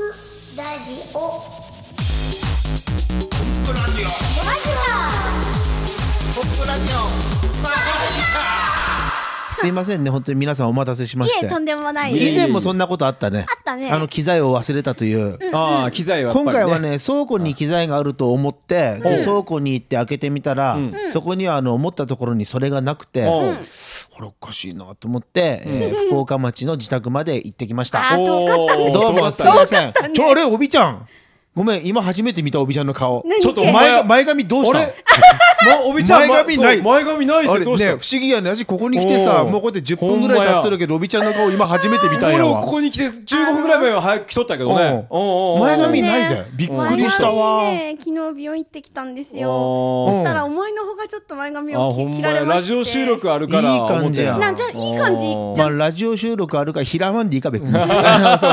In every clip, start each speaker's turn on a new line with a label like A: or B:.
A: ラジオ
B: ポップラジオポップラジオ
C: すいませんね、本当に皆さんお待たせしまし
D: い
C: て
D: え、。とんでもない
C: 以
D: です。
C: 前もそんなことあったね。
D: あったね
C: あの機材を忘れたという。
E: ああ機材はやっぱ
C: 今
E: り
C: 回はね倉庫に機材があると思って
E: おう
C: で倉庫に行って開けてみたら
E: うん
C: そこにはあの思ったところにそれがなくて
E: お
C: あ
E: う
C: れおかしいなと思ってえー福岡町の自宅まで行ってきました
D: あ
E: お
D: 遠かった
E: ー
C: どう
E: 遠か
C: も
E: っ
C: すい
E: たね
C: ませんちょあれおびちゃんごめん今初めて見たおびちゃんの顔
D: 何
E: ちょっと
D: 系
E: お
C: 前
E: 前
C: が前髪どうし
E: あ
C: た
E: れまおびちゃん
C: 前髪ない
E: そう前髪ない
C: あ
E: ぜ
C: れね
E: どう
C: 不
E: した
C: 思議やね私ここに来てさ
E: おー
C: もうこうやって10分ぐらい経ってるけどおびちゃんの顔今初めて見たん
E: 俺
C: や
E: も
C: わ
E: ここに来て15分ぐらい前は早く来とったけどね
C: お
E: おうおうおう
C: 前髪ないぜびっくりしたわ
D: 前髪ね昨日病院行ってきたんですよ。
E: お
D: そ
E: ー
D: したら思いのほかちょっと前髪
E: あ
D: を
E: ほん
D: 切
E: ま
D: られ
E: や
D: まして
E: ラジオ収録あるから
C: いい感じや
E: 思って
D: なんじゃいい感じ
E: おー
D: じ
C: ま
D: ゃ
C: あ
D: ん
C: ラジオ収録あるから平ワンでいいか別に そう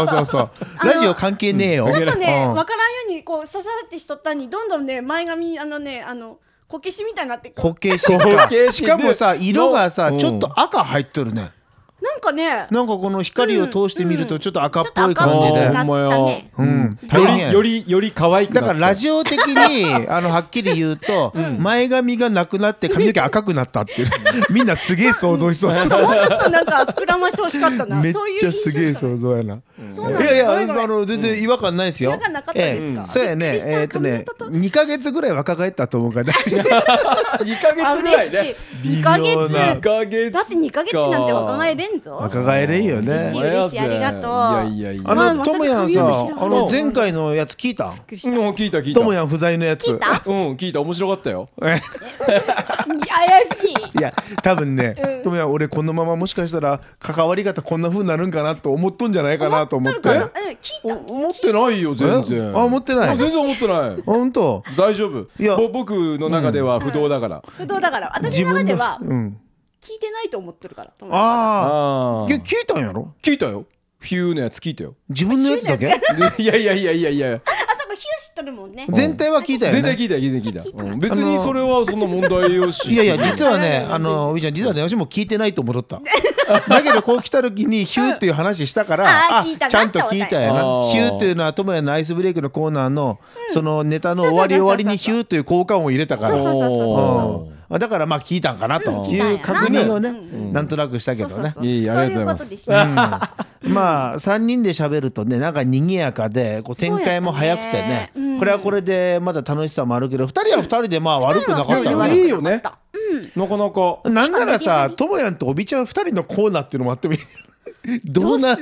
C: そうそうラジオ関係ねえよ
D: ちょっとね
C: うん
D: わからんようにこう刺さってしとったんにどんどんね前髪あのねあのこけしみたいになってく
C: こけし
E: こ
C: か
E: けし
C: し
E: で
C: かもさ色がさ
E: うん
C: ちょっと赤入っとるね
D: なんかね
C: なんかこの光を通してみるとちょっと赤っ
D: ちょっと
C: ぽい
D: 赤
C: 感じ
D: っぽ
C: で
D: くなったね。
C: うん
E: よ
C: 大変
E: りよりより可愛くな
C: だ
E: った
C: からラジオ的 にあのはっきり言うと前髪がなくなって髪の毛赤くなったっていう みんなすげえ想像しそうだな
D: もうちょっとなんか膨らましてほしかったな。
C: めっ
D: そういう
C: ちゃ
D: 印象
C: すげえ
D: しかない
C: 想像やな。
D: そうなん
C: い
D: だ
C: やいや、
D: ごめんごめん
C: あの全然違和感ないですよ。
D: 違和感なかったですか
C: ええそうや
D: びっ
C: ね
D: くり、した
C: えーっとね
D: 髪型、と
C: 二ヶ月ぐらい若返ったと思うから大 丈夫。
E: 2ヶ
D: あ
E: 月ぐら
D: 嬉
E: いね
D: しい。二ヶ
C: 微妙な
E: 2
D: 月。
E: ヶ月
D: だって二ヶ月なんて若返れんぞ。
C: 若返れんよ
D: 嬉しい
C: ね。
D: 嬉しいありがとう
E: いやいやいや
C: あ
D: まあ
C: の
D: まさ
C: と
D: か
C: もやん
D: 首
C: さ
D: を広、げる
C: あの前回のやつ聞いた？
D: びっくりし
E: う
D: た
E: ん聞いた聞いた
C: ともやん不在のやつ。
E: うん聞いた面白かったよ
D: 怪しい。
C: いや、多分ね
D: う、ん
C: ともやん俺このままもしかしたら関わり方こんな風になるんかなと思っとんじゃないかなと思っ
D: る
C: て。
D: かな。う
C: え
D: ん聞い
E: お
D: た。
E: 思ってないよ全然
C: あ、思ってな
E: あ
C: い。
E: 全然思ってない
C: 本当。
E: 大丈夫
C: いや
E: ぼ僕の中では不動だから、
D: 不動だから私の中では
C: うん。
D: 聞いてないと思ってるから。
C: あ
E: あ
C: あ。
E: あ
C: いや聞いたんやろ？
E: 聞いたよヒューのやつ聞いたよ
C: 自分のやつだけ？
E: いやいやいやいやいや
D: あそこヒュー知っとるもんね。
C: 全体は聞いたよね。
E: 全然聞いたよ全然聞いた、うん別にそれはそんな問題をし
C: いやいや実はねあのおみちゃん実はね私も聞いてないと思っとった だけどこう来た時にヒューっていう話したから
D: あー聞いたな
C: ちゃんと聞いたや
E: あ
C: な
E: ー
C: ヒューっていうのは友也のアイスブレイクのコーナーのそのネタの終わり終わりにヒューという交換を入れたから
D: そうそうそうそう
E: おー
C: うんだからまあ聞いたんかなと
D: 聞いたん
C: い
D: や
C: う
D: な
C: 確認をね
D: う
C: なんとなくしたけ
D: そう
C: ど
D: そう
C: ね
D: そう。
E: いいありがとうございます
D: そいうことでした。
C: うんまあ3人で喋るとねなんか賑やかでこう展開も早くて
D: そうやっ
C: ね
D: たねうん
C: これはこれでまだ楽しさもあるけど2人は2人でまあ悪くなかっ
E: で
C: たよ
E: もい
C: ね
E: いよねなかなか
C: なんなら
D: 光の
C: さ、ともやんとおびちゃん二人のコーナーっていうのもあってもい い。どうな、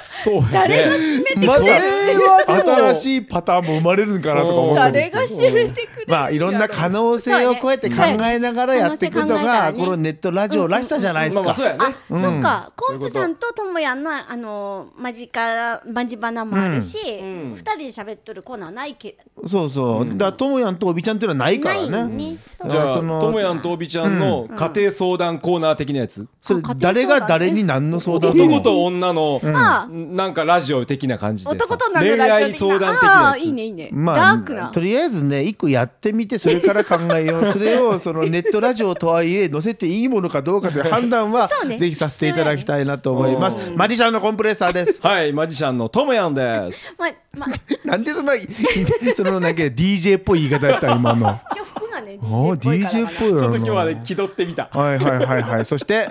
E: そうやね
D: 誰が締めてく
C: ま
E: それ
C: た
E: はでも
C: 新しいパターンも生まれるんかなとか思ったり
D: 誰
C: し
D: が
C: て。
D: 締めてくれる。
C: まあいろんな可能性をこうやって考えながらやっていくの
D: そうや
C: が
D: ね
C: このネットラジオらしさじゃないです
E: まあまあ
C: か。
E: そうやね
D: あ、そっか、コンプさんとともやんの、あの、間近、間近なもあるし、二、
E: んうん
D: 人で喋っとるコーナーないけ。
C: そうそう。だからともやんとおびちゃんっていうのはないか
D: ない
C: らね。
D: ね。そう
E: じゃあ
C: そ
E: と
C: の
E: もやんとおびちゃんの家庭相談コーナー的なやつ
C: それ誰が誰に何の相談と
E: 男
C: か。
E: と女の
D: あ
E: なんかラジオ的な感じでさ
D: 男と
E: 恋
D: 女のラジオ
E: 愛
D: 的
E: 相談的
D: な。あ
E: な
D: あー、
E: や
D: いい
E: つ
D: ね、いいね。
C: ま
D: ダーク
C: あ
D: な。
C: とりあえずね一個やってみてそれから考えようそれをそのネットラジオとはいえ載せていいものかどうかという判断は
D: そうね
C: ぜひさせていただきたいなと思いますマリシャンのコンプレッサーです
E: はいマジシャンのともやんです
D: まあ、まあ、
C: なんでそんな そのなんか DJ っぽい言い方やった今 のあ
D: 今日服がね、
C: ー
D: DJ っ
C: DJ っ
D: ぽ
C: ぽい
D: いからかな。
C: よ
E: ちょっと
C: な
E: 今日はね気取ってみた
C: はいはいはいはいそ して
D: は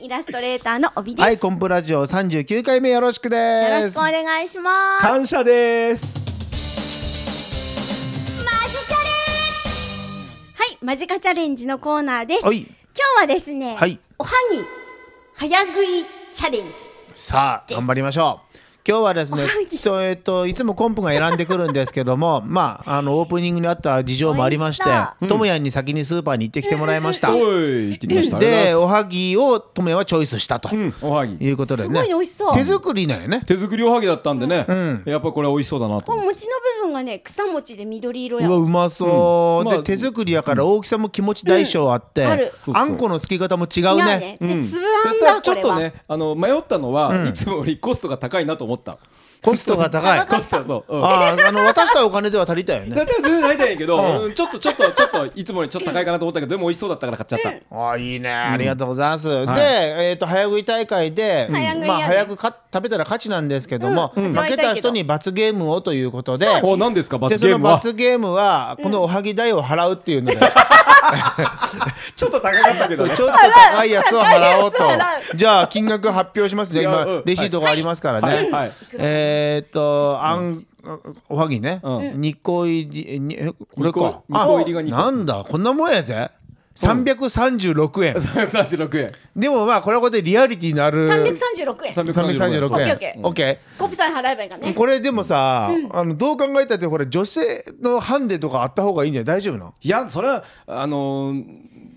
D: い、イラストレーターの帯です。
C: はいコンプラジオ39回目よろしくです
D: よろしくお願いします。
E: 感謝です
D: マジチャレはい、マジカチャレンジのコーナーです。
C: は
D: 今
C: い
D: 日はですね、
C: はい
D: おはぎ早食いチャレンジ。
C: さあ頑張りましょう今日はですね
D: おはぎ
C: と,、えっといつもコンプが選んでくるんですけども まああのオープニングにあった事情もありまして
D: 美味しそ
C: ともやんに先にスーパーに行ってきてもらいました
E: おい行ってきました
C: でお
E: は
C: はぎをともやんはチョイスしたと
E: うんおはぎ
C: いうことで
D: うんすご
C: ね
D: い美味しそう
C: 手作りなんよね
E: 手作りおはぎだったんでね
C: ん
E: やっぱこれ美味しそうだなと
D: この餅の部分がね、草餅で緑色
C: う
D: や
C: わ。うまそう、
E: うんまあ
C: で手作りやから大きさも気持ち大小あって、
D: ある
E: そうそう
C: あんこの付き方も違うね
D: 違うね。で、
E: うん
D: つぶあん
E: ただ
D: だ、こ
E: ちょっ
D: れ
E: と
D: は。
E: ねあの迷ったのは
C: うん
E: いつもよりコストが高いなと思っった。
C: コストが高い。
D: 高
C: あ
D: い
E: コストそう。うん
C: あー、あの渡したお金では足りたよ
E: だ
C: ね
E: っ。て全然大体やけど、
C: うん
E: うんちょっとちょっとちょっといつもよりちょっと高いかなと思ったけどでも美味しそうだったから買っちゃった。
C: ああいいね、ありがとうございます。で、
E: はい
C: えっ、と早食い大会で、
D: 早食いやね
C: まあ早くか食べたら勝ちなんですけども、
D: うんうん
C: 負けた人に罰ゲームをということで、
E: お何ですか罰
C: でそ
E: ゲー
C: の
E: ムは。
C: 罰ゲームはこのおはぎ代を払うって いうので、
E: ちょっと高かったけ
C: そ
E: ど
C: う
E: ね
C: ちょっと高いやつを払お う
D: 高いやつ
C: と。じゃあ金額発表しますね。
E: いや
C: 今、
E: うん
C: レシートがありますからね。
E: はいはい。
C: えーっとあんおはぎね、
E: う
C: 二個入りえにえこれか
E: 二個二個入りが二個
C: あなんだこんなもんやぜ336円、
E: 三十六円。
C: でもまあこれはこれでリアリティのある
D: 三百三十六円。
E: 336
C: 336円
D: オッケー
C: オッケ
D: コピさん払えばいいから
C: ー
D: ね。
C: これでもさ、あのどう考えたってこれ女性のハンデとかあった方がいいんじゃない大丈夫なの
E: いやそれはあのー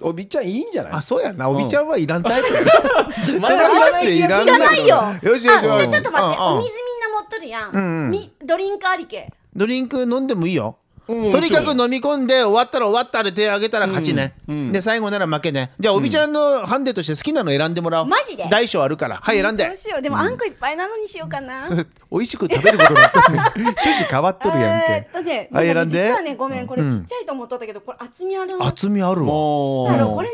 E: おびっちゃんいいんじゃない
C: あそうやなおびちゃんはいらんタイプ、 その
E: 前は
C: 話でいらん
D: いらないよ。あ、
C: よしよし
D: ち
C: よ
D: ょ
C: し
D: っと待って、
C: うん
D: お
C: うん
D: 水みんな持っとるや
C: んうん
D: ん。み、ドリンクありけ。
C: ドリンク飲んでもいいよ
E: うん
C: とにかく飲み込んで終わったら終わったで手挙げたら勝ちね、で最後なら負けねじゃあおびちゃんのハンデとして好きなの選んでもらおう
D: マジで
C: 大小あるからはい選んで
D: どうしよう、でもあんこいっぱいなのにしようか な。
C: それ美味しく食べることになってる 趣旨変わっとるやん
D: えー
C: け
D: っとね、
C: はい
D: でも
C: 選
D: ね
C: んで
D: 実はね、ごめん、これちっちゃいと思っとったけど、これ厚みあるわ。
C: 厚みあるわ
E: も
D: だろうこれね、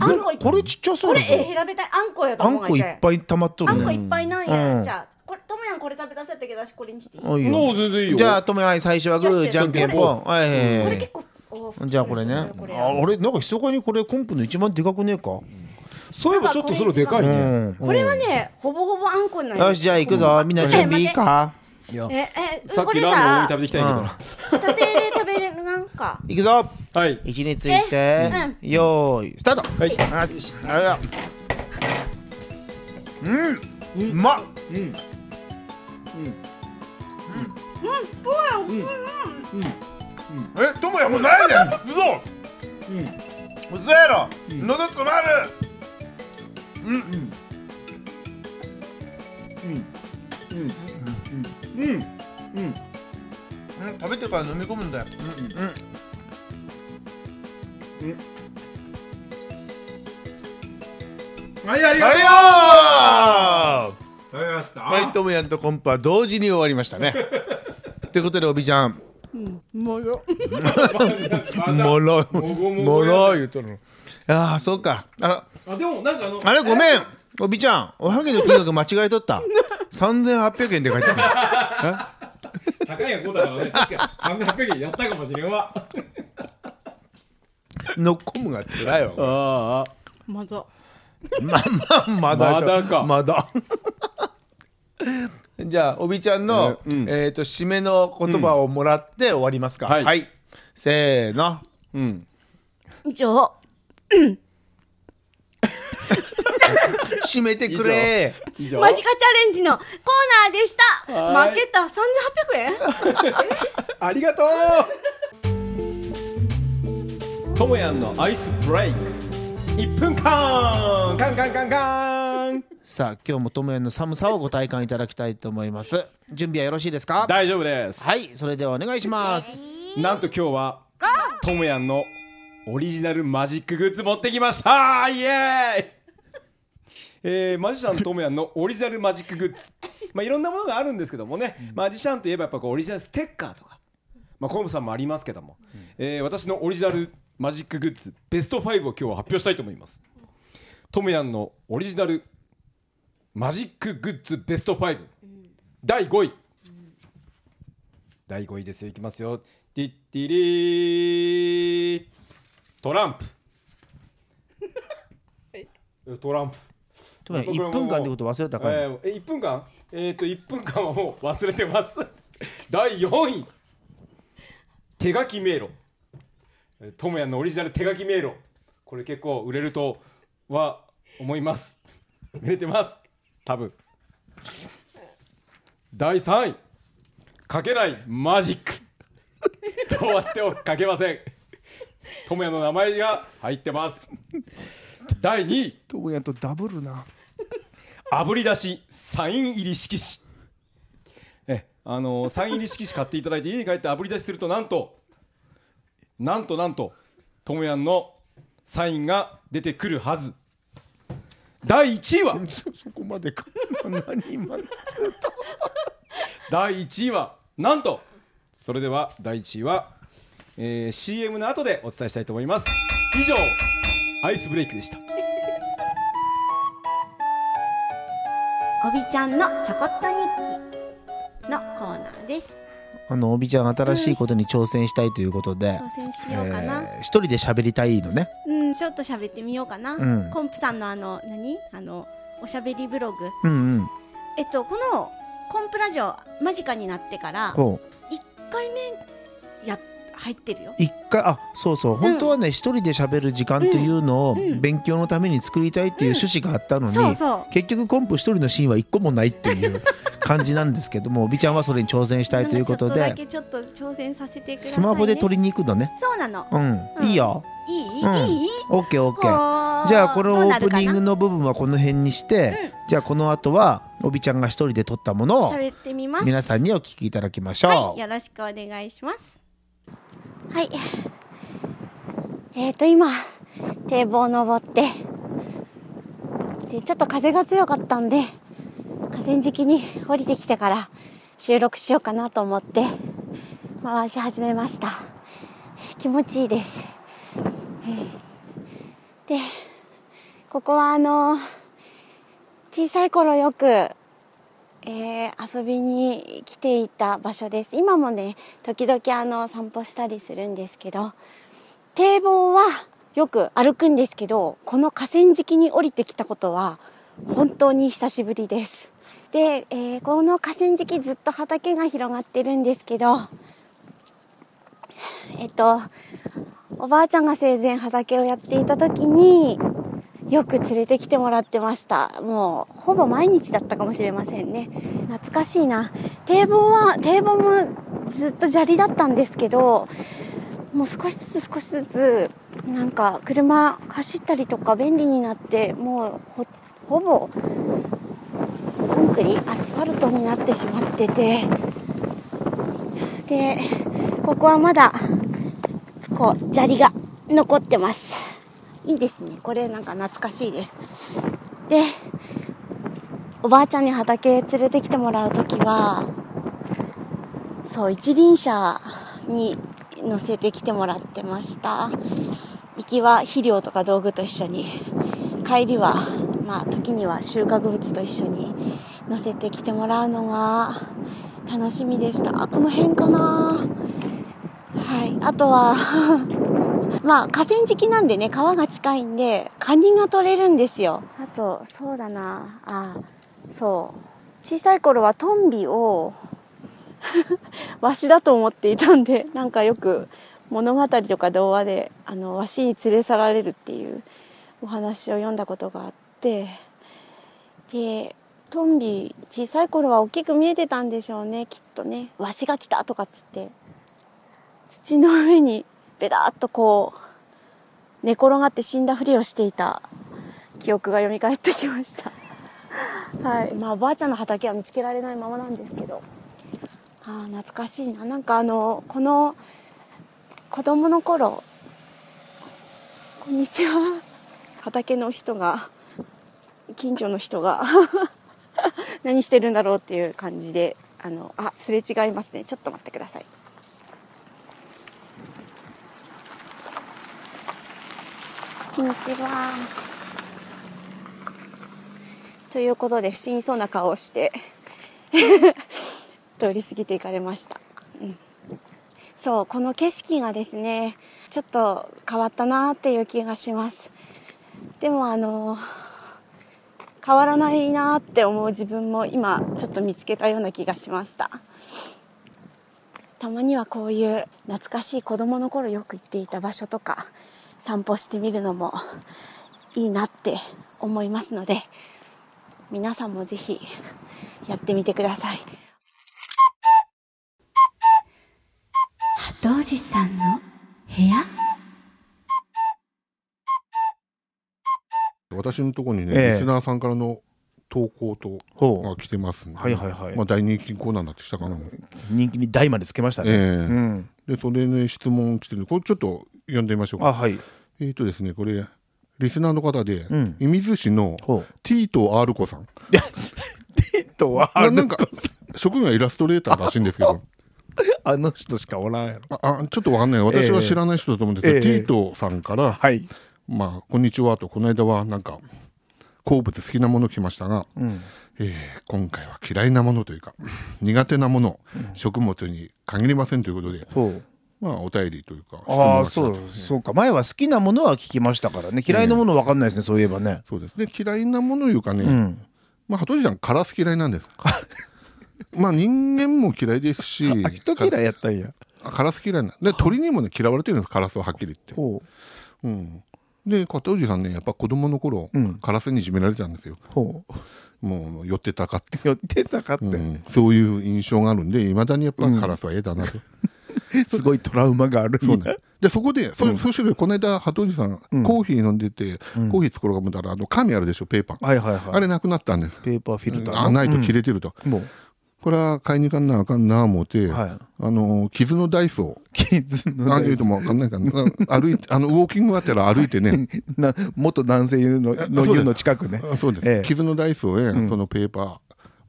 D: あんこいっぱ
C: こ
D: い。
C: れちっちゃそ
D: こ
C: う
D: れ
C: でしょ
D: え選べたいあんこやと
C: あ
D: 思
C: ん
D: う
C: こいっぱい溜まっと
D: あ
C: る
D: んこい
C: ね
D: っぱいなん
C: うん
D: や。じゃあ、これともやんこれ食べ出せたけど、私これにしていい。こ
C: おいよ
E: もう全然いいよ。
C: じゃあともやん最初はグ
D: よ
C: ー
D: し
C: じゃんけんぽんはいはいは
D: れ
C: い
D: 結構。お
C: じゃあこれねあ
D: これ
C: あれなんか密かにこれコンプの一番でかくねえか
E: そういえばちょっとそれでかいね。
D: これはね、ほぼほぼあんこなんや
C: よしじゃあ行くぞみんな準備いいか
E: いや
D: え、え、
E: さっ
D: これ
E: きラーメンを
D: さ
E: 置い、食べてきたんやけどな。
D: 家庭で食べれるなんか。
C: 行くぞ
E: はい。
C: 位置について
D: うん
C: 用意スタート
E: はい。
C: ああれだうんうまっ
E: うん。
C: えともやもうないねん嘘
E: うん。
C: 嘘やろ喉詰まる
E: うん。うん。
C: うん食べてから飲み込むんだよ
E: はい、ありがとう
C: はいよー
E: ございました。
C: はい、トムヤンとコンパは同時に終わりました ね。ということで、おびちゃん、もろい、
E: もごもごやね
C: もろい言うとるの。ああ、そうか。あら、
E: あ、でも、なんか、あの、
C: あれ、ごめん、おびちゃん、おはぎの金額間違えとった。三千八百円で書いてあ
E: 高いやこうだからね。確か、三千八百円やったかもしれんわ。
C: る。のっこむが辛いわ。
E: ああ。
D: まだ。
C: まあ、まあ、まだ。
E: まだか
C: まだ。 じゃあ、おびちゃんの、
E: えうん
C: えっ、と、締めの言葉をもらって終わりますか。
E: うんはい
C: はい。せーの。
E: うん。
D: 以上。
C: 締めてくれ
E: 以上。
D: マジカチャレンジのコーナーでした。
E: はーい
D: 負けた三千八百円。
E: ありがとう。ともやんのアイスブレイク。一分間。カンカンカンカン。
C: さあ今日もともやんの寒さをご体感いただきたいと思います準備はよろしいですか
E: 大丈夫です。
C: はいそれではお願いします
E: なんと今日はともやんのオリジナルマジックグッズ持ってきましたイエーイえーマジシャンともやんのオリジナルマジックグッ ズ、まあ、いろんなものがあるんですけどもね、マジシャンといえばやっぱこうオリジナルステッカーとか、まあ、コウムさんもありますけども、えー私のオリジナルマジックグッズベスト5を今日は発表したいと思いますともやんのオリジナルマジックグッズベスト5、第5位第5位ですよいきますよティッティリートランプトランプ
C: ともやん
E: 僕も
C: 1分間ってこと忘れたかい、
E: えーえ1分間えっ、と1分間はもう 忘れてます第4位手書き迷路えートモヤのオリジナル手書き迷路これ結構売れるとは思います 売れてます多分第3位書けないマジック どうやっても書けませんトモヤの名前が入ってます第2位
C: ともやんとダブルな
E: 炙り出しサイン入り色紙えあのーサイン入り色紙買っていただいて家に帰って炙り出しするとなんとなんとなんとともやんのサインが出てくるはず第1位は
C: そそこま でか何今の
E: 第1位はなんとそれでは第1位は、えー CM の後でお伝えしたいと思います以上アイスブレイクでした
D: おびちゃんのちょこっと日記のコーナーです
C: あのおびちゃん新しいことに挑戦したいということで、
D: 挑戦しようかな、
C: えー一人で喋りたいのね
D: うんちょっと喋ってみようかな、
C: うん
D: コンプさんのあの何あのおしゃべりブログ
C: うんうん
D: えっとこのコンプラジオ間近になってから
C: こう
D: 一回目や入ってるよ
C: 一回あそうそう本当はね一、人で喋る時間というのを
D: うんうん
C: 勉強のために作りたいっていう趣旨があったのに、
D: そうそう
C: 結局コンプ一人のシーンは一個もないっていう 感じなんですけどもおびちゃんはそれに挑戦したいということ
D: な
C: で
D: のちょっとだけちょっと挑戦させてください、ね、
C: スマホで撮りに行くのね
D: そうなの
C: うん、
D: うん
C: いいよ
D: いい、
C: うん
D: いい
C: OKOK
D: こう
C: じゃあこの
D: どう
C: オ
D: な
C: ー
D: る
C: プ
D: かな
C: ニングの部分はこの辺にして、じゃあこの後はおびちゃんが一人で撮ったものを
D: 喋ってみます
C: 皆さんにお聞きいただきましょう、
D: はい、よろしくお願いします。はい。えっ、ー、と、今、堤防を登って、で、ちょっと風が強かったんで、河川敷に降りてきてから収録しようかなと思って、回し始めました。気持ちいいです。うんで、ここはあの、小さい頃よくえー遊びに来ていた場所です今もね時々あの散歩したりするんですけど堤防はよく歩くんですけどこの河川敷に降りてきたことは本当に久しぶりですで、えーこの河川敷ずっと畑が広がってるんですけどえっとおばあちゃんが生前畑をやっていた時によく連れてきてもらってましたもうほぼ毎日だったかもしれませんね懐かしいな堤防は堤防もずっと砂利だったんですけどもう少しずつ少しずつなんか車走ったりとか便利になってもうほほぼコンクリアスファルトになってしまっててでここはまだこう砂利が残ってますいいですねこれなんか懐かしいですでおばあちゃんに畑連れてきてもらう時はそう一輪車に乗せてきてもらってました行きは肥料とか道具と一緒に帰りはまあ時には収穫物と一緒に乗せてきてもらうのが楽しみでしたあこの辺かなはいあとは まあ河川敷なんでね川が近いんでカニが取れるんですよあとそうだなあそう小さい頃はトンビを ワシだと思っていたんでなんかよく物語とか童話であのワシに連れ去られるっていうお話を読んだことがあってでトンビ小さい頃は大きく見えてたんでしょうねきっとねワシが来たとかっつって土の上にベターっとこう寝転がって死んだふりをしていた記憶が蘇ってきましたはいまあおばあちゃんの畑は見つけられないままなんですけどああ懐かしいななんかあのこの子供の頃「こんにちは」畑の人が近所の人が 何してるんだろうっていう感じであのあすれ違いますねちょっと待ってくださいこんにちは。ということで不思議そうな顔をして 通り過ぎていかれました、うんそうこの景色がですねちょっと変わったなっていう気がしますでもあの変わらないなって思う自分も今ちょっと見つけたような気がしましたたまにはこういう懐かしい子供の頃よく行っていた場所とか散歩してみるのもいいなって思いますので皆さんもぜひやってみてください波動寺さんの部屋
A: 私のところにね、
C: ええ
A: リスナーさんからの投稿と
C: ほう
A: が来てますんで、
C: はいはいはい
A: まあ、大人気コーナーになってきたかな、
C: 人気に大までつけましたね、
A: ええ
C: うん
A: でそれで、ね、質問来てるこれちょっと読んでみましょう
C: あ
A: か
C: はい
A: えっ、とですねこれリスナーの方で、
C: ん
A: 射水市の
C: ほう
A: T と R 子さん
C: テントは
A: まあなんか職業はイラストレーターらしいんです けど
C: あの人しかおらんやろ。
A: ああちょっとわかんない私は知らない人だと思うんですけど、
C: ええ
A: T とさんから、
C: はい。
A: まあ、こんにちはと、この間はなんか、好物好きなもの来ましたが、えー今回は嫌いなものというか、苦手なもの、食物に限りませんということで、
C: そう。
A: まあ、お便りというか、質問
C: あ
A: が
C: あ、
A: 来た
C: そ
A: ん
C: う
A: です、
C: そうか。前は好きなものは聞きましたからね。嫌いなものわかんないですね、そういえばね。
A: そうですね。嫌いなものいうかね、
C: うん。
A: まあ、羽鳥さん、カラス嫌いな んです。まあ、人間も嫌いですし、
C: 人嫌いやったんや。
A: かカラス嫌いな。で、鳥にもね、嫌われてるんです、カラスははっきり言って。
C: ほう。
A: うん。で、加藤さんね、やっぱ子供の頃、
C: うん
A: カラスにいじめられてたんですよ。
C: ほう。
A: もう、寄ってたかって。
C: 寄ってたかって。
A: うん、そういう印象があるんでいまだにやっぱカラスは嫌だなと、
C: すごいトラウマがある
A: そうんね
C: だ。
A: でそこでそ,、うそうしてるこの間鳩おじさん、
C: ん
A: コーヒー飲んでて、コーヒー作ろうと思ったらあの紙あるでしょペーパー、
C: はいはいはい。
A: あれなくなったんです
C: ペーパーフィルターの。
A: あないと切
C: れ、
A: れてると、
C: もう。
A: これは買いに行かんなあかんなあ思って、
C: はい
A: あの傷のダイソー
C: 傷の
A: 何言うともわかんないからな歩いてあのウォーキングがてら歩いてね
C: な元男性の
A: あ
C: の
A: そうで
C: 湯
A: す
C: の近くね。
A: あそうです、
C: ええ
A: 傷のダイソーへそのペーパ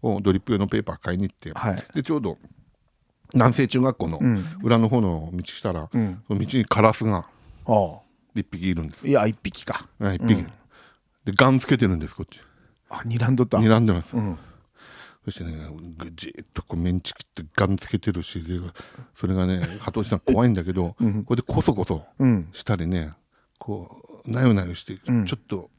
A: ーを、ドリップ用のペーパー買いに行って、
C: はい
A: でちょうど南西中学校の
C: ん
A: 裏の方の道したら、
C: ん
A: その道にカラスが
C: あ
A: 一匹いるんです
C: あ。いや、一匹か。
A: はい一匹、でガンつけてるんですこっち
C: あ、睨んどった。
A: 睨んでます、
C: ん
A: そしてねぐじーっとこうメンチ切ってガンつけてるしでそれがね加藤さん怖いんだ けど、これでこそこそ
C: うん
A: したりねこうなよなよして、ちょっと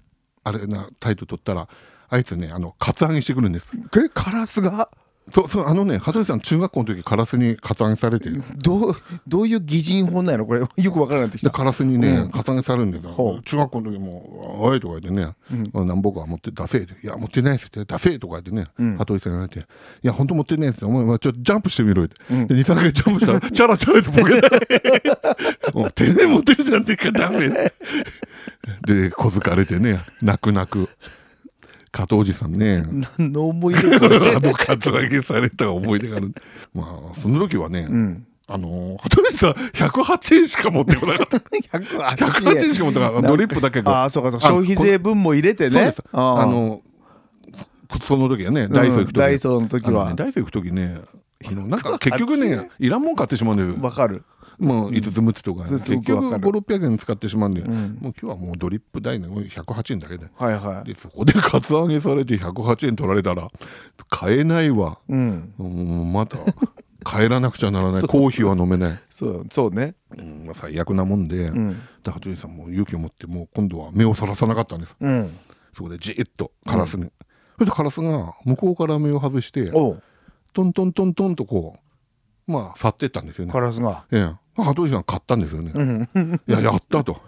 A: あれな態度取ったらあいつねあのカツアゲしてくるんです
C: え、カラスが
A: そうそうあのね羽鳥さん中学校の時カラスにカツアゲされてる
C: どう、どういう擬人法なのこれ、よくわからなくなってき
A: で
C: た。
A: カラスにね、カツアゲされるんだけ
C: ほ
A: ど
C: う
A: 中学校の時も「おい」とか言ってね「なん、何ぼか持って出せ」って「いや持ってないっす」って「出せ」とか言ってね羽鳥、さん言われて「いや本当持ってないっすお前お前ちょっとジャンプしてみろ」って、で23回ジャンプしたら 「チャラチャラ」とボケた お前手で持ってるじゃんって言うから ダメで小づかれてね泣く泣く加藤おじさんね
C: 何の思い出これ。
A: あのカツアゲされた思い出があるまあその時はね、あの羽鳥さん108円しか持ってこな かった
C: 108
A: 108円しか持ってなかったドリップだけ
C: ああ、そうかそうか。消費税分も入れて
A: ねそう
C: ね
A: です。
C: ああ
A: あのこその時はねダイソー行く時、
C: ダイソーの時は
A: あねダイソー行く時ねあのなんか結局ねいらんもん買ってしまうんだよ
C: わかる。
A: もう5つ6つとか、
C: そうす
A: 結
C: ごくわ
A: 局
C: かる
A: 5600円使ってしまうんで、もう今日はもうドリップ代の108円だけで
C: はいはい。
A: でそこでカツアゲされて108円取られたら買えないわ、
C: うん。
A: うんまた帰らなくちゃならないコーヒーは飲めない、
C: そう、そうね。
A: うんまあ、最悪なもんで、で羽鳥さんも勇気を持ってもう今度は目をそらさなかったんです
C: うん。
A: そこでじーっとカラスに、そしてカラスが向こうから目を外して
C: おう
A: トントントントンとこうまあ去ってったんですよね
C: カラスが。
A: ええまあ羽鳥さん買ったんですよね、いややった と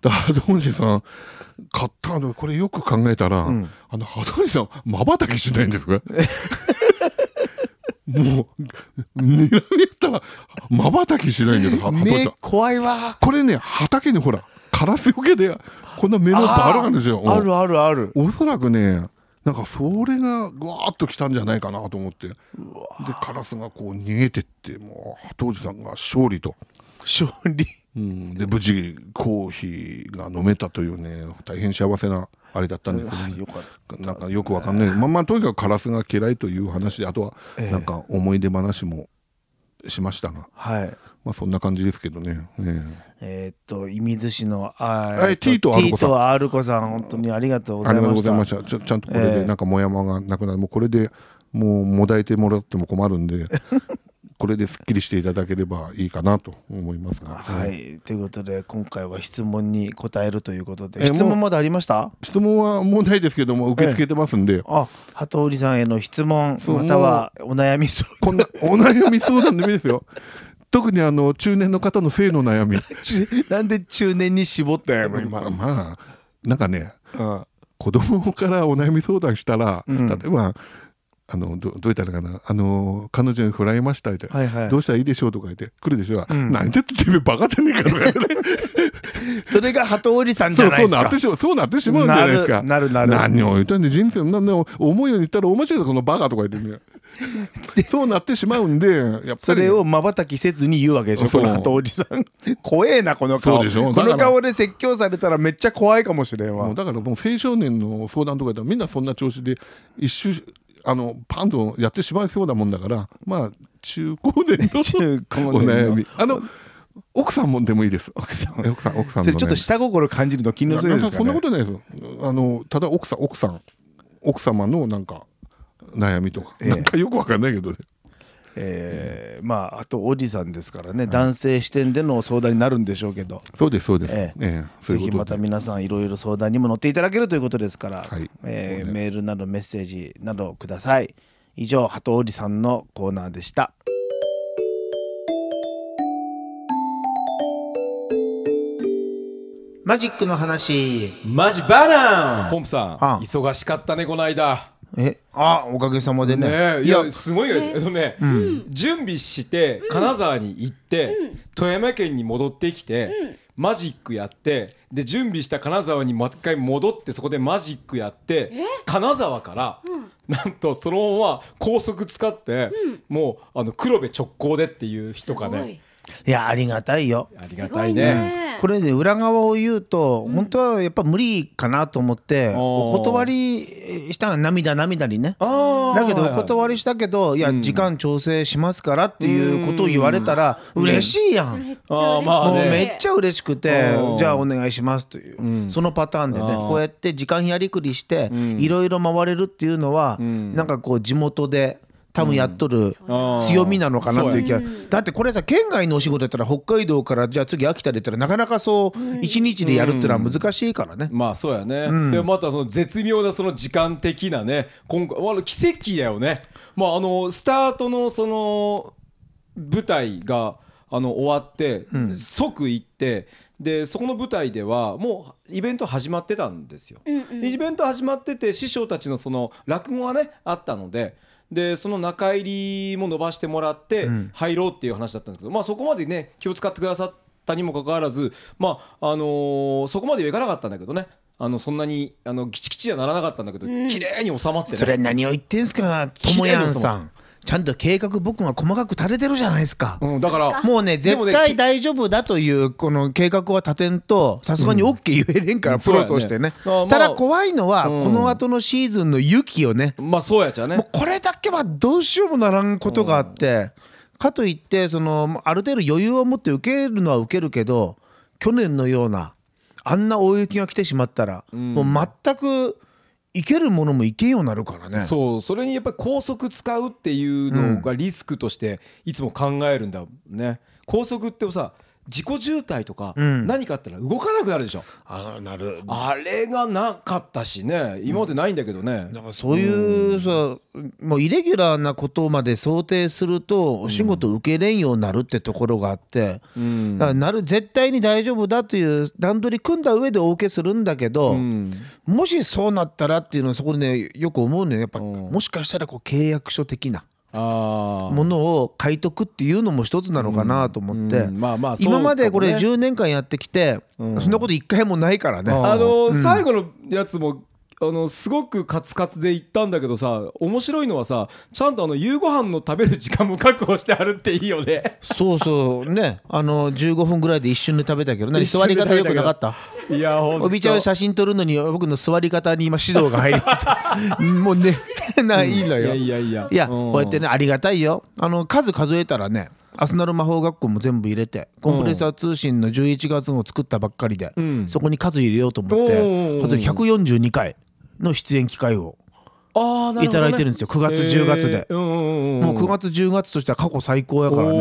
A: で羽鳥さん買ったのこれよく考えたら、あの羽鳥さんまばたきしないんで すかもう睨み合ったらまばたきしないんですよ羽鳥
C: 目
A: さん
C: 怖いわ。
A: これね畑にほらカラスよけでこんな目のバラなんですよ
C: あるあるある。
A: おそらくねなんかそれがぐわーっと来たんじゃないかなと思ってでカラスがこう逃げてってもう当時さんが勝利と、
C: 勝利。
A: うん、で無事コーヒーが飲めたというね大変幸せなあれだったんですけど、
C: あ
A: ね
C: よかった。
A: なんかよくわかんないまあまあとにかくカラスが嫌いという話であとは
C: ええ
A: なんか思い出話もしましたが、
C: はい。
A: まあそんな感じですけどね、ええ
C: えーっと、射水市の、あ
A: はい T と R 子さ
C: T
A: ん
C: と R 子さん、本当にありがとうござ
A: あり
C: い
A: がとう
C: ま
A: ご
C: し。
A: ざいましたたちょちゃんとこれ
C: ええ
A: でなんかモヤモヤがなくなる、もうこれでもうもだえてもらっても困るんで これですっきりしていただければいいかなと思いますが、
C: はい。ということで、今回は質問に答えるということで、
A: え
C: 質問
A: もう
C: まだありました
A: 質問はもうないですけども受け付けてますんで、
C: あ、鳩織さんへの質問、
A: そう
C: またはお悩み相
A: こんなお悩み相談でもいいですよ特にあの中年の方の性の悩み
C: 談。なんで中 年に絞ったんやろ、今。
A: まあまあなんかね
C: うん
A: 子供からお悩み相談したら、例えばあのどどう言ったらいいかなあの彼女に振られましたみたいな、
C: はいはい
A: どうしたらいいでしょうとか言って来るでしょ、なんでっててめえバカじゃねえかとか言って
C: それが鳩織さんじ
A: そ
C: ゃ
A: う
C: ない
A: そ
C: で
A: う
C: す
A: な
C: か
A: って。しまうそうなってしまうんじゃないですか
C: なるなるなる
A: 何を言ったんで人生の思うように言ったらお間違いだこのバカとか言ってねそうなってしまうんで、やっぱ
C: そ
A: り
C: れを瞬きせずに言うわけでしょ、
A: そ
C: こ
A: う
C: の後おじさん。 怖えな、この顔。
A: そうでし
C: こ
A: ょだか
C: の
A: ら
C: 顔で説教されたらめっちゃ怖いかもしれん
A: も
C: わ
A: う。だからもう青少年の相談とかでみんなそんな調子で一周あのパンとやってしまいそうだもんだからまあ中高年の
C: 中高
A: お
C: 年の
A: 悩みあの奥さんもでもいいです奥さん奥さん奥さんの、ね、
C: それちょっと下心感じるの気のせいで
A: な
C: す
A: んか
C: か
A: そんな
C: ね
A: ことないですよあのただ奥さん奥さん奥様のなんか悩みとか、なんかよくわかんないけどね
C: えーまああとおじさんですからね、男性視点での相談になるんでしょうけど、
A: そうですそうです、
C: え
A: え
C: え
A: えそう
C: ぜ
A: い
C: ひ
A: うこ
C: ま
A: と
C: た
A: で
C: 皆さんいろいろ相談にも乗っていただけるということですから、
A: はい
C: えー
A: もうね
C: メールなどメッセージなどください以上鳩おじさんのコーナーでしたマジックの話
E: マジバナンポンプさん
C: あん
E: 忙しかったねこの間
C: えあおかげさまでね
E: ねえい
C: いや
E: やすごいよねえっとね準備して金沢に行って富山県に戻ってきてマジックやってで準備した金沢にもう一回戻ってそこでマジックやって金沢からなんとそのまま高速使ってもうあの黒部直行でっていう人がね
C: いやありがたいよ
E: ありがたいね
C: これね裏側を言うと、本当はやっぱ無理かなと思って
E: おー
C: お断りしたの涙涙にね
E: あー
C: だけどお断りしたけどいや時間調整しますからっていうことを言われたら嬉しいやん。
F: めっち
E: あ
F: ゃ
E: ー
F: 嬉し
E: まあ
C: もう
F: い。
C: めっちゃ嬉しくて
E: うん
C: じゃあお願いしますという、そのパターンでね
E: あー
C: こうやって時間やりくりしていろいろ回れるっていうのは、なんかこう地元で多分やっとる
E: あー
C: 強みなのかなっていう気が
F: そうや
C: だってこれさ県外のお仕事やったら北海道からじゃあ次秋田でやったらなかなかそう一日でやるってのは難しいからね。
E: まあそうやね、でまたその絶妙なその時間的なね今回あの奇跡だよねまああのスタートのその舞台があの終わって、即行ってでそこの舞台ではもうイベント始まってたんですよ。でイベント始まってて師匠たちのその落語がねあったので。でその中入りも伸ばしてもらって入ろうっていう話だったんですけど、まあ、そこまでね気を使ってくださったにもかかわらず、まああのーそこまではいかなかったんだけどねあのそんなにあのギチギチにはならなかったんだけど、綺麗に収まってね
C: それ何を言ってんすかともやんさんちゃんと計画僕が細かく立ててるじゃないですか。
E: うん、だから
C: もうね
E: でも
C: 絶
E: ね
C: 対大丈夫だというこの計画は立てんとさすがに OK 言えれんから
E: うん
C: プロとしてね
E: そうやねあまあ
C: ただ怖いのは
E: うん
C: この後のシーズンの雪をね
E: まあそうやっちゃね
C: もうこれだけはどうしようもならんことがあってかといってそのある程度余裕を持って受けるのは受けるけど去年のようなあんな大雪が来てしまったらもう全くいけるものもいけんようになるからね。
E: そうそれにやっぱり高速使うっていうのがリスクとしていつも考えるんだもんね高速ってさ自己渋滞とか
C: ん
E: 何かあったら動かなくなるでしょ、
C: あなる
E: あれがなかったしね今までないんだけどね、
C: なんかそういうさ、もうイレギュラーなことまで想定するとお仕事受けれんようになるってところがあって、だからなる絶対に大丈夫だという段取り組んだ上でお受けするんだけど、もしそうなったらっていうのはそこでねよく思うのよやっぱ、もしかしたらこう契約書的な
E: ああ
C: ものを買いとくっていうのも一つなのかなと思って、
E: うんまあまあそう
C: 今までこれ
E: かもね
C: 10年間やってきて、そんなこと一回もないからね。
E: あの、最後のやつもあのすごくカツカツで行ったんだけどさ面白いのはさちゃんとあの夕ご飯の食べる時間も確保してあるっていいよね
C: そうそうねあの15分ぐらいで一瞬で食べたけど何
E: 一
C: 座
E: 瞬で
C: り
E: 食
C: 方
E: べた
C: 良
E: けど
C: くなかった
E: いやほんと
C: おびちゃん写真撮るのに僕の座り方に今指導が入りました もうね ないの
E: いや
C: よ
E: い
C: い
E: やいや
C: や
E: うん
C: こうやってねありがたいよあの数数えたらねアスナル魔法学校も全部入れてコンプレッサー通信の11月号を作ったばっかりで、
E: ん
C: そこに数入れようと思っ
E: おーおー
C: て
E: おー
C: 数142回の出演機会を
E: ああなる
C: い
E: ほど
C: ただ
E: ね
C: いてるんですよ9月10月で、
E: えーうんうんうん
C: もう9月10月としては過去最高やからねい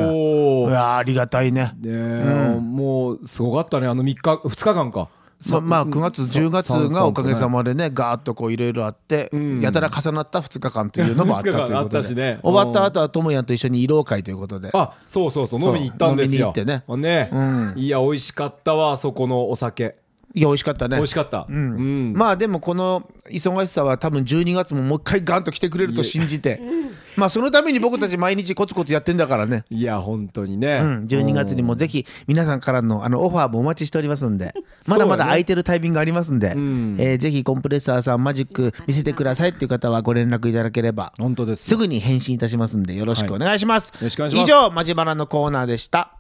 E: おー
C: やーありがたいね
E: ねえもうすごかったねあの3日2日間か
C: ままあ9月10月
E: さんさん
C: がおかげ
E: と
C: さ
E: ね
C: までねガーッとこういろいろあって
E: ん
C: やたら重なった2日間というのもあったという
E: 2日間あ
C: こ
E: っ
C: と
E: たし
C: で
E: ね
C: 終わった後はともやんと一緒に慰労会ということで
E: あそうそうそう飲みに行ったんですよ
C: そう飲みに行って
E: ね
C: うん
E: いや美味しかったわあそこのお酒
C: いや美味しかったね
E: 美味しかったうんん
C: まあでもこの忙しさは多分12月ももう一回ガンと来てくれると信じて
G: まあそのために僕たち毎日コツコツやってんだからね。
E: いや本当にね、
G: うん、12月にもぜひ皆さんからのあのオファーもお待ちしておりますんで、まだまだ空いてるタイミングありますんで、
E: ん
G: えーぜひコンプレッサーさんマジック見せてくださいっていう方はご連絡いただければ、
E: 本当です
G: すぐに返信いたしますんでよろしくお願いします。
E: いよろしくお願いします
G: 以上、マジバラのコーナーでした。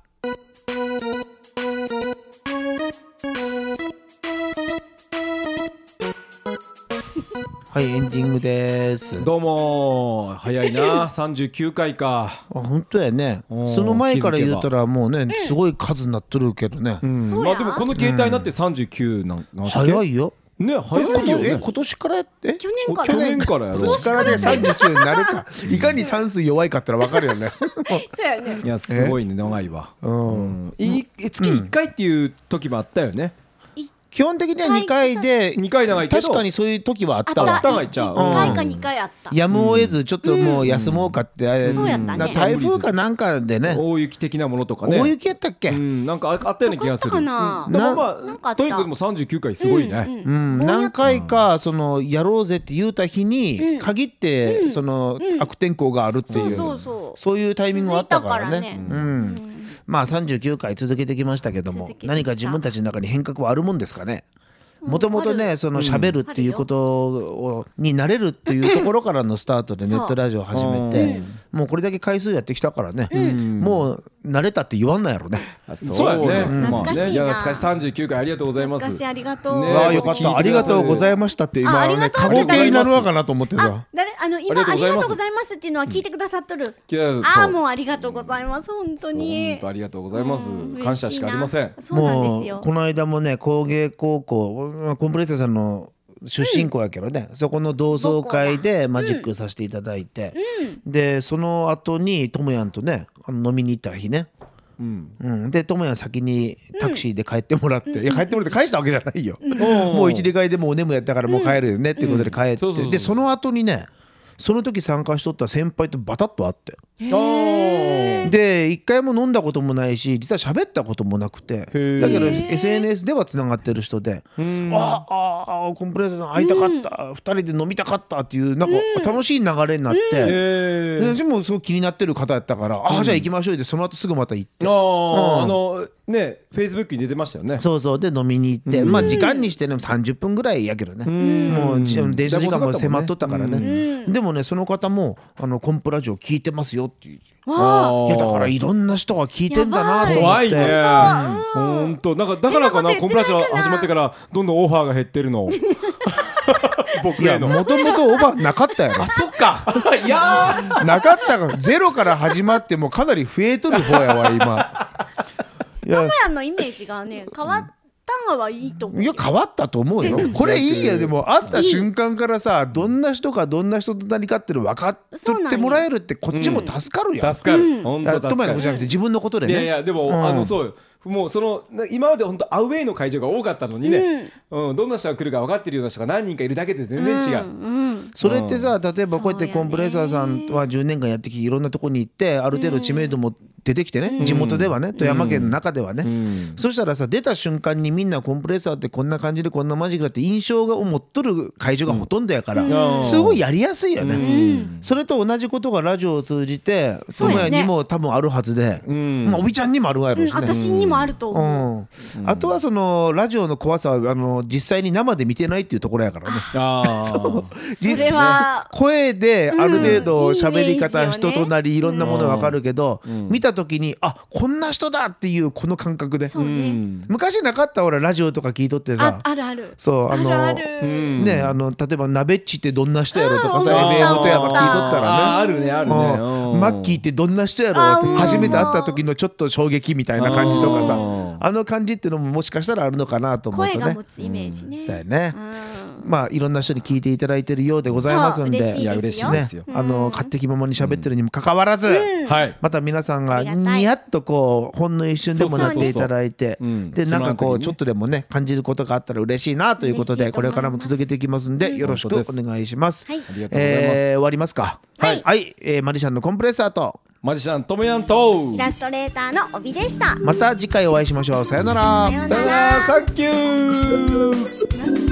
G: はい、エンディングです。
E: どうも早いな39回か、
G: あ本当やね
E: うん
G: その前から言うたらもうねすごい数になっとるけどね、
E: うん
D: そう
E: ま
D: や
E: あでもこの携帯になって39なんなんだっけ
G: 早いよ
E: ね早いよ
G: え
E: ね
G: 今年からやって
D: 去年から
E: 去年からや
G: 今
E: ろう
G: 年からで39になる かいかに算数弱いかってのは分かるよね
D: そうやね
E: いやすごいね長いわ、
G: うん
E: い月1回っていう時もあったよね、
G: 基本的には2回で
E: 2回長いけど
G: 確かにそういう時はあった
E: あ
G: わ
E: ったわいちゃう
D: 1回か2回あった
G: やむを得ずちょっともう休もうかって、あれ
D: そうやったね
G: な台風かなんかでね
E: 大雪的なものとかね
G: 大雪やったっけ、
E: うん、なんかああったような気がする
D: どこあったかな
E: うんでもまあ
D: なんかあった
E: とにかくでも39回すごいね、
G: うん、何回かそのやろうぜって言うた日
D: う
G: に
D: ん
G: 限ってその悪天候があるって
D: そ
G: いうう
D: そうそう
G: そういうタイミングがあったからね。
D: 続いた
G: う
D: か
G: ん、まあ39回続けてきましたけど
D: 続
G: も
D: けてきた
G: 何か自分たちの中に変革はあるもんですかねもともとねその喋るっていうことをになれるっていうところからのスタートでネットラジオを始めてもうこれだけ回数やってきたからねもう慣れたって言わんないやろね。
E: あそうやね、
D: うん
E: ま
D: 懐
E: あ
D: かしいな
E: ねいや懐かしい39回ありがとうございます
D: 昔ありがとう
E: ねえ
G: わあ
E: ー
G: よかったありがとうございましたって
D: あ
G: 今
D: あり
G: ね
D: がとう
G: 過去形になるわかなと思って
D: あ
G: た。
D: 誰あの今
E: あ
D: あ
E: り
D: りがとう
E: がとうご
D: ご
E: ざ
D: ざいますっていうのは聞いてくださっとる
E: いやそう
D: ああもうありがとうございます本当
E: 本
D: に
E: 当ありがとうございます感謝しかありません
D: そうなん
G: も
D: ですよ
G: うこの間もね工芸高校コンプレッサーさんの出身校やけどね、そこの同窓会でマジックさせていただいて、でその後にともやんとねあの飲みに行った日ね、
E: うん
G: うん、でともやん先にタクシーで帰ってもらって、いや帰ってもらって返したわけじゃないよ、
E: ん
G: もう一時会でもうお眠やったからもう帰るよねっていうことで帰って、
E: そうそうそう
G: でその後にねその時参加しとった先輩とバタッと会って。
E: あ
G: で一回も飲んだこともないし実は喋ったこともなくてだ
E: ー
G: けど SNS ではつながってる人で「あああコンプレッサーさん会いたかった、二人で飲みたかった」っていうなんか楽しい流れになって、
E: え
G: で
E: ー
G: 私もすごい気になってる方やったから「ああじゃあ行きましょう」でその後すぐまた行って。
E: あー、
G: うん
E: あのねフェイスブックに出てましたよね
G: そうそうで飲みに行って、まあ時間にしてね30分ぐらいやけどね、もうじ電車時間も迫っとったからね、でもねその方もあの「コンプラジオ聞いてますよ」っていう
D: わあ
E: あー
G: いやだからいろんな人が聞いてんだなと思っ
E: 怖
G: て
E: いね本当なんかだからかな
D: 変なこと言ってないかな
E: コンプラジオ始まってからどんどんオファーが減ってるの僕
G: いや
E: への
G: もともとオファーなかったやろ
E: あそっか いやー
G: なかったからゼロから始まってもうかなり増えとる方やわ 今いや
D: トモヤンのイメージがね変わったのはいいと思う
G: いや変わったと思うよこれいいやでも会った瞬間からさどんな人かどんな人と何かってるの分かっとってもらえるってこっちも助かるやん
E: 助かる本当
G: あ
E: 助
G: トマ
E: か
G: のことじゃ
E: る
G: なくて自分のことで
E: い
G: ね
E: やいやでも、
G: うん
E: あのそうよもうそのな今まで本当アウェイの会場が多かったのにね、うんどんな人が来るか分かってるような人が何人かいるだけで全然違う、
G: それってさ例えばこうやってコンプレッサーさんは10年間やってきていろんなとこに行ってある程度知名度も出てきてね、地元ではね富山県の中ではね、そしたらさ出た瞬間にみんなコンプレッサーってこんな感じでこんなマジックだって印象が持っとる会場がほとんどやから、
E: うん
G: すごいやりやすいよね、
E: ん
G: それと同じことがラジオを通じて
D: そう
G: 友
D: やね
G: 也にも多分あるはずで、
E: ん
G: まあ、おびちゃんにもあるわや
D: う
G: ろうんしね、
D: 私にもあると
G: う
D: 思うん
G: あとはそのラジオの怖さはあの実際に生で見てないっていうところやからね
E: あー
G: 実
D: それは
G: 声である程度
D: うん
G: 喋り
D: い
G: 方、
D: いイメージよ
G: 人
D: ね
G: となりいろんなものわかるけど、見た時にあこんな人だっていうこの感覚で、
D: そうね
G: 昔なかった俺ラジオとか聞いとって
D: あ
G: さ
D: あるある
G: そうあ
D: ある
G: の
D: ある
G: ねあの例えば「なべっちってどんな人やろ」とかさ
E: うん
G: FM 富山聞いとった
E: あー
G: ら
E: あ
G: ね。
E: るねあ
G: う
E: る
G: ん
E: ね
G: マッキーってどんな人やろうって
D: あー
G: 初めて会った時のちょっと衝撃みたいな感じとかさ
E: うん
G: あの感じっていうのももしかしたらあるのかなと思う
D: 声
G: と
D: が
G: ね
D: 持つイメージね
G: そうやね
D: うん
G: まあいろんな人に聞いていただいてるようでございますんで
D: そう嬉しいですよ
E: や嬉しい
G: ね
E: ですよ、
G: あの勝手気ままに喋ってるにもかかわらず、
E: はい
G: また皆さんが
D: ありがたい
G: ニヤッとこうほんの一瞬でもなっていただいて
E: そうそうそううん
G: でなんか
E: 暇
G: こ
E: な時
G: う
E: にね
G: ちょっとでもね感じることがあったら嬉しいなということ
D: 嬉し
G: で
D: いと
G: こ
D: 思いま
G: れ
D: す
G: からも続けていきますんでよろしくお願いします。
D: はい
E: ありがとうございます、
G: えー終わりますか。
D: はい
G: はい、えーマリシャンのコンプレッサーと
E: マジシャントムヤンと
D: イラストレーターの帯でした
G: また次回お会いしましょう。さよなら。
D: さよう
E: さ
D: な
E: よなら
D: ら
E: サンキュー
D: 何